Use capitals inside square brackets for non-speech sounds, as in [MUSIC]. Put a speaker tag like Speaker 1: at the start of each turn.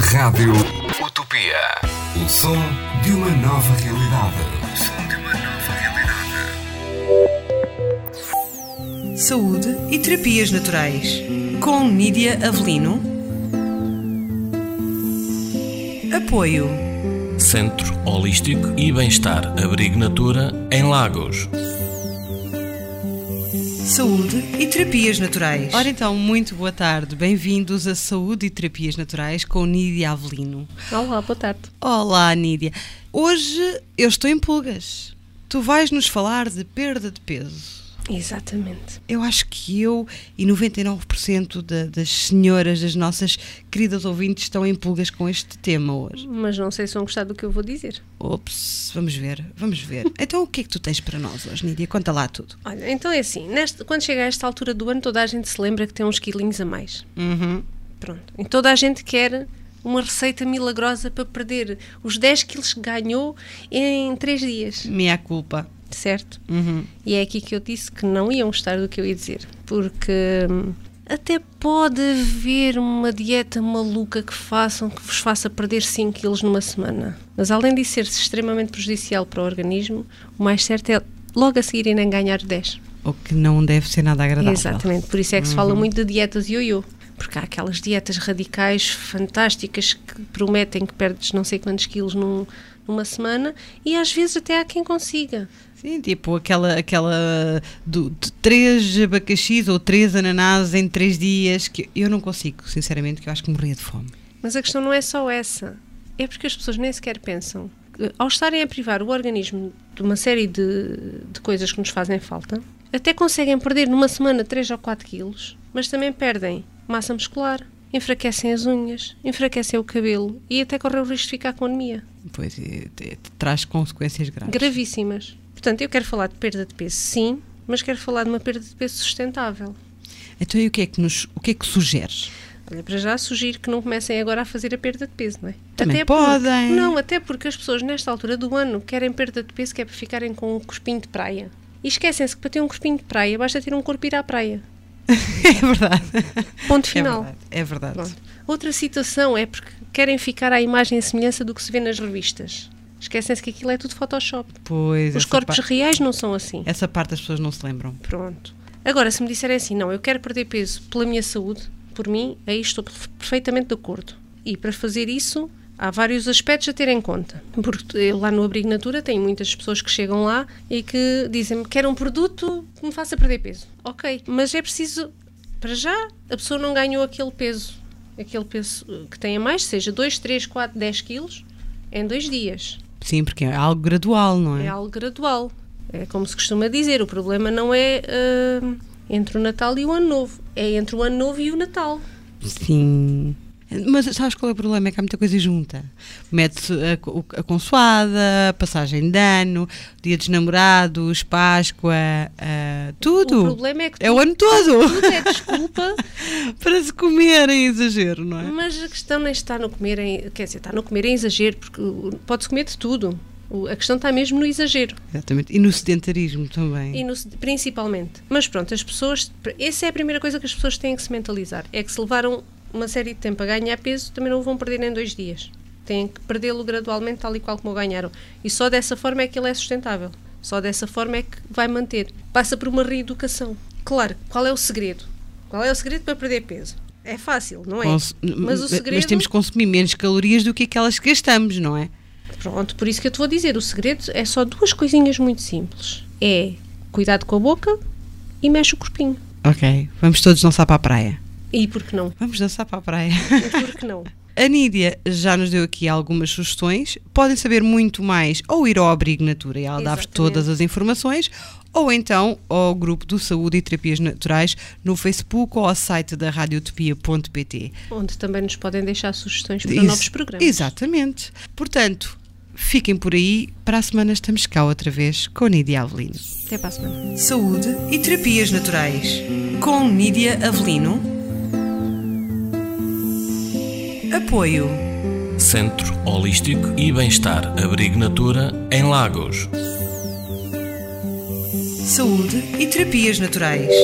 Speaker 1: Rádio Utopia. O som de uma nova realidade. O som de uma nova realidade.
Speaker 2: Saúde e terapias naturais. Com Nídia Avelino. Apoio.
Speaker 3: Centro Holístico e Bem-Estar Abrigo Natura em Lagos.
Speaker 2: Saúde e Terapias Naturais.
Speaker 4: Ora então, muito boa tarde. Bem-vindos a Saúde e Terapias Naturais com Nídia Avelino.
Speaker 5: Olá, boa tarde.
Speaker 4: Olá, Nídia. Hoje eu estou em pulgas. Tu vais nos falar de perda de peso.
Speaker 5: Exatamente.
Speaker 4: Eu acho que eu e 99% de, das senhoras, das nossas queridas ouvintes, estão em pulgas com este tema hoje.
Speaker 5: Mas não sei se vão gostar do que eu vou dizer.
Speaker 4: Ops, vamos ver, vamos [LAUGHS] ver. então o que é que tu tens para nós hoje, Nídia? Conta lá tudo.
Speaker 5: Olha, então é assim, neste, quando chega a esta altura do ano, toda a gente se lembra que tem uns quilinhos a mais.
Speaker 4: Uhum.
Speaker 5: Pronto. E toda a gente quer uma receita milagrosa para perder os 10 quilos que ganhou em 3 dias.
Speaker 4: Minha culpa
Speaker 5: certo?
Speaker 4: Uhum.
Speaker 5: E é aqui que eu disse que não iam gostar do que eu ia dizer, porque hum, até pode haver uma dieta maluca que façam que vos faça perder 5 quilos numa semana. Mas além de ser extremamente prejudicial para o organismo, o mais certo é logo a seguir irem ganhar 10.
Speaker 4: O que não deve ser nada agradável.
Speaker 5: Exatamente, por isso é que se uhum. fala muito de dietas ioiô. Porque há aquelas dietas radicais fantásticas que prometem que perdes não sei quantos quilos num, numa semana e às vezes até há quem consiga.
Speaker 4: Sim, tipo aquela, aquela do, de três abacaxis ou três ananás em três dias, que eu não consigo, sinceramente, que eu acho que morria de fome.
Speaker 5: Mas a questão não é só essa, é porque as pessoas nem sequer pensam. Ao estarem a privar o organismo de uma série de, de coisas que nos fazem falta, até conseguem perder numa semana 3 ou 4 quilos, mas também perdem massa muscular, enfraquecem as unhas, enfraquecem o cabelo e até correm o risco de ficar com anemia.
Speaker 4: Pois, e, e, traz consequências graves.
Speaker 5: Gravíssimas. Portanto, eu quero falar de perda de peso, sim, mas quero falar de uma perda de peso sustentável.
Speaker 4: Então, e o que é que, nos, o que, é que sugeres?
Speaker 5: Olha, para já sugiro que não comecem agora a fazer a perda de peso, não é?
Speaker 4: Também até podem.
Speaker 5: Porque, não, até porque as pessoas nesta altura do ano querem perda de peso que é para ficarem com um corpinho de praia. E esquecem-se que para ter um corpinho de praia basta ter um corpo ir à praia.
Speaker 4: é verdade.
Speaker 5: Ponto final.
Speaker 4: É verdade. É verdade.
Speaker 5: Outra situação é porque querem ficar à imagem e semelhança do que se vê nas revistas. Esquecem-se que aquilo é tudo Photoshop.
Speaker 4: Pois.
Speaker 5: Os corpos parte, reais não são assim.
Speaker 4: Essa parte as pessoas não se lembram.
Speaker 5: Pronto. Agora, se me disserem assim, não, eu quero perder peso pela minha saúde, por mim, aí estou perfeitamente de acordo. E para fazer isso, há vários aspectos a ter em conta. Porque eu lá no Abrigo Natura tenho muitas pessoas que chegam lá e que dizem-me quero um produto que me faça perder peso. Ok, mas é preciso, para já, a pessoa não ganhou aquele peso, aquele peso eh, que tem a mais, seja 2, 3, 4, 10 quilos, em dois dias.
Speaker 4: Sim, porque é algo gradual, não é?
Speaker 5: É algo gradual. É como se costuma dizer, o problema não é uh, entre o Natal e o Ano Novo, é entre o Ano Novo e o Natal.
Speaker 4: Sim. Mas sabes qual é o problema? É que há muita coisa junta. Mete-se a, a consoada, a passagem de ano, dia dos namorados, Páscoa, a, tudo.
Speaker 5: O problema é que
Speaker 4: é o ano todo. [LAUGHS]
Speaker 5: Tudo é desculpa
Speaker 4: para se comer em exagero, não é?
Speaker 5: Mas a questão nem está no comer em, quer dizer, está no comer em exagero, porque pode-se comer de tudo. A questão está mesmo no exagero.
Speaker 4: Exatamente. E no sedentarismo também.
Speaker 5: E no, principalmente. Mas pronto, as pessoas. Essa é a primeira coisa que as pessoas têm que se mentalizar. É que se levaram uma série de tempo a ganhar peso, também não o vão perder em dois dias. Têm que perdê-lo gradualmente, tal e qual como o ganharam. E só dessa forma é que ele é sustentável. Só dessa forma é que vai manter. Passa por uma reeducação. Claro, qual é o segredo? Qual é o segredo para perder peso? É fácil, não é?
Speaker 4: Cons mas, o segredo... mas temos que consumir menos calorias do que aquelas que gastamos, não é?
Speaker 5: Pronto, por isso que eu te vou dizer: o segredo é só duas coisinhas muito simples: é cuidado com a boca e mexe o corpinho.
Speaker 4: Ok, vamos todos dançar para a praia.
Speaker 5: E por que não?
Speaker 4: Vamos dançar para a praia. [LAUGHS]
Speaker 5: E por que não?
Speaker 4: A Nídia já nos deu aqui algumas sugestões. Podem saber muito mais ou ir ao Abrigo Natura e ela dá-vos todas as informações, ou então ao grupo do Saúde e Terapias Naturais no Facebook ou ao site da radiotopia.pt.
Speaker 5: Onde também nos podem deixar sugestões para Ex novos programas.
Speaker 4: Exatamente. Portanto, fiquem por aí. Para a semana estamos cá outra vez com Nídia Avelino.
Speaker 5: Até para a semana.
Speaker 2: Saúde e Terapias Naturais com Nídia Avelino. Apoio
Speaker 3: Centro Holístico e Bem-Estar Abrigo Natura em Lagos.
Speaker 2: Saúde e Terapias Naturais.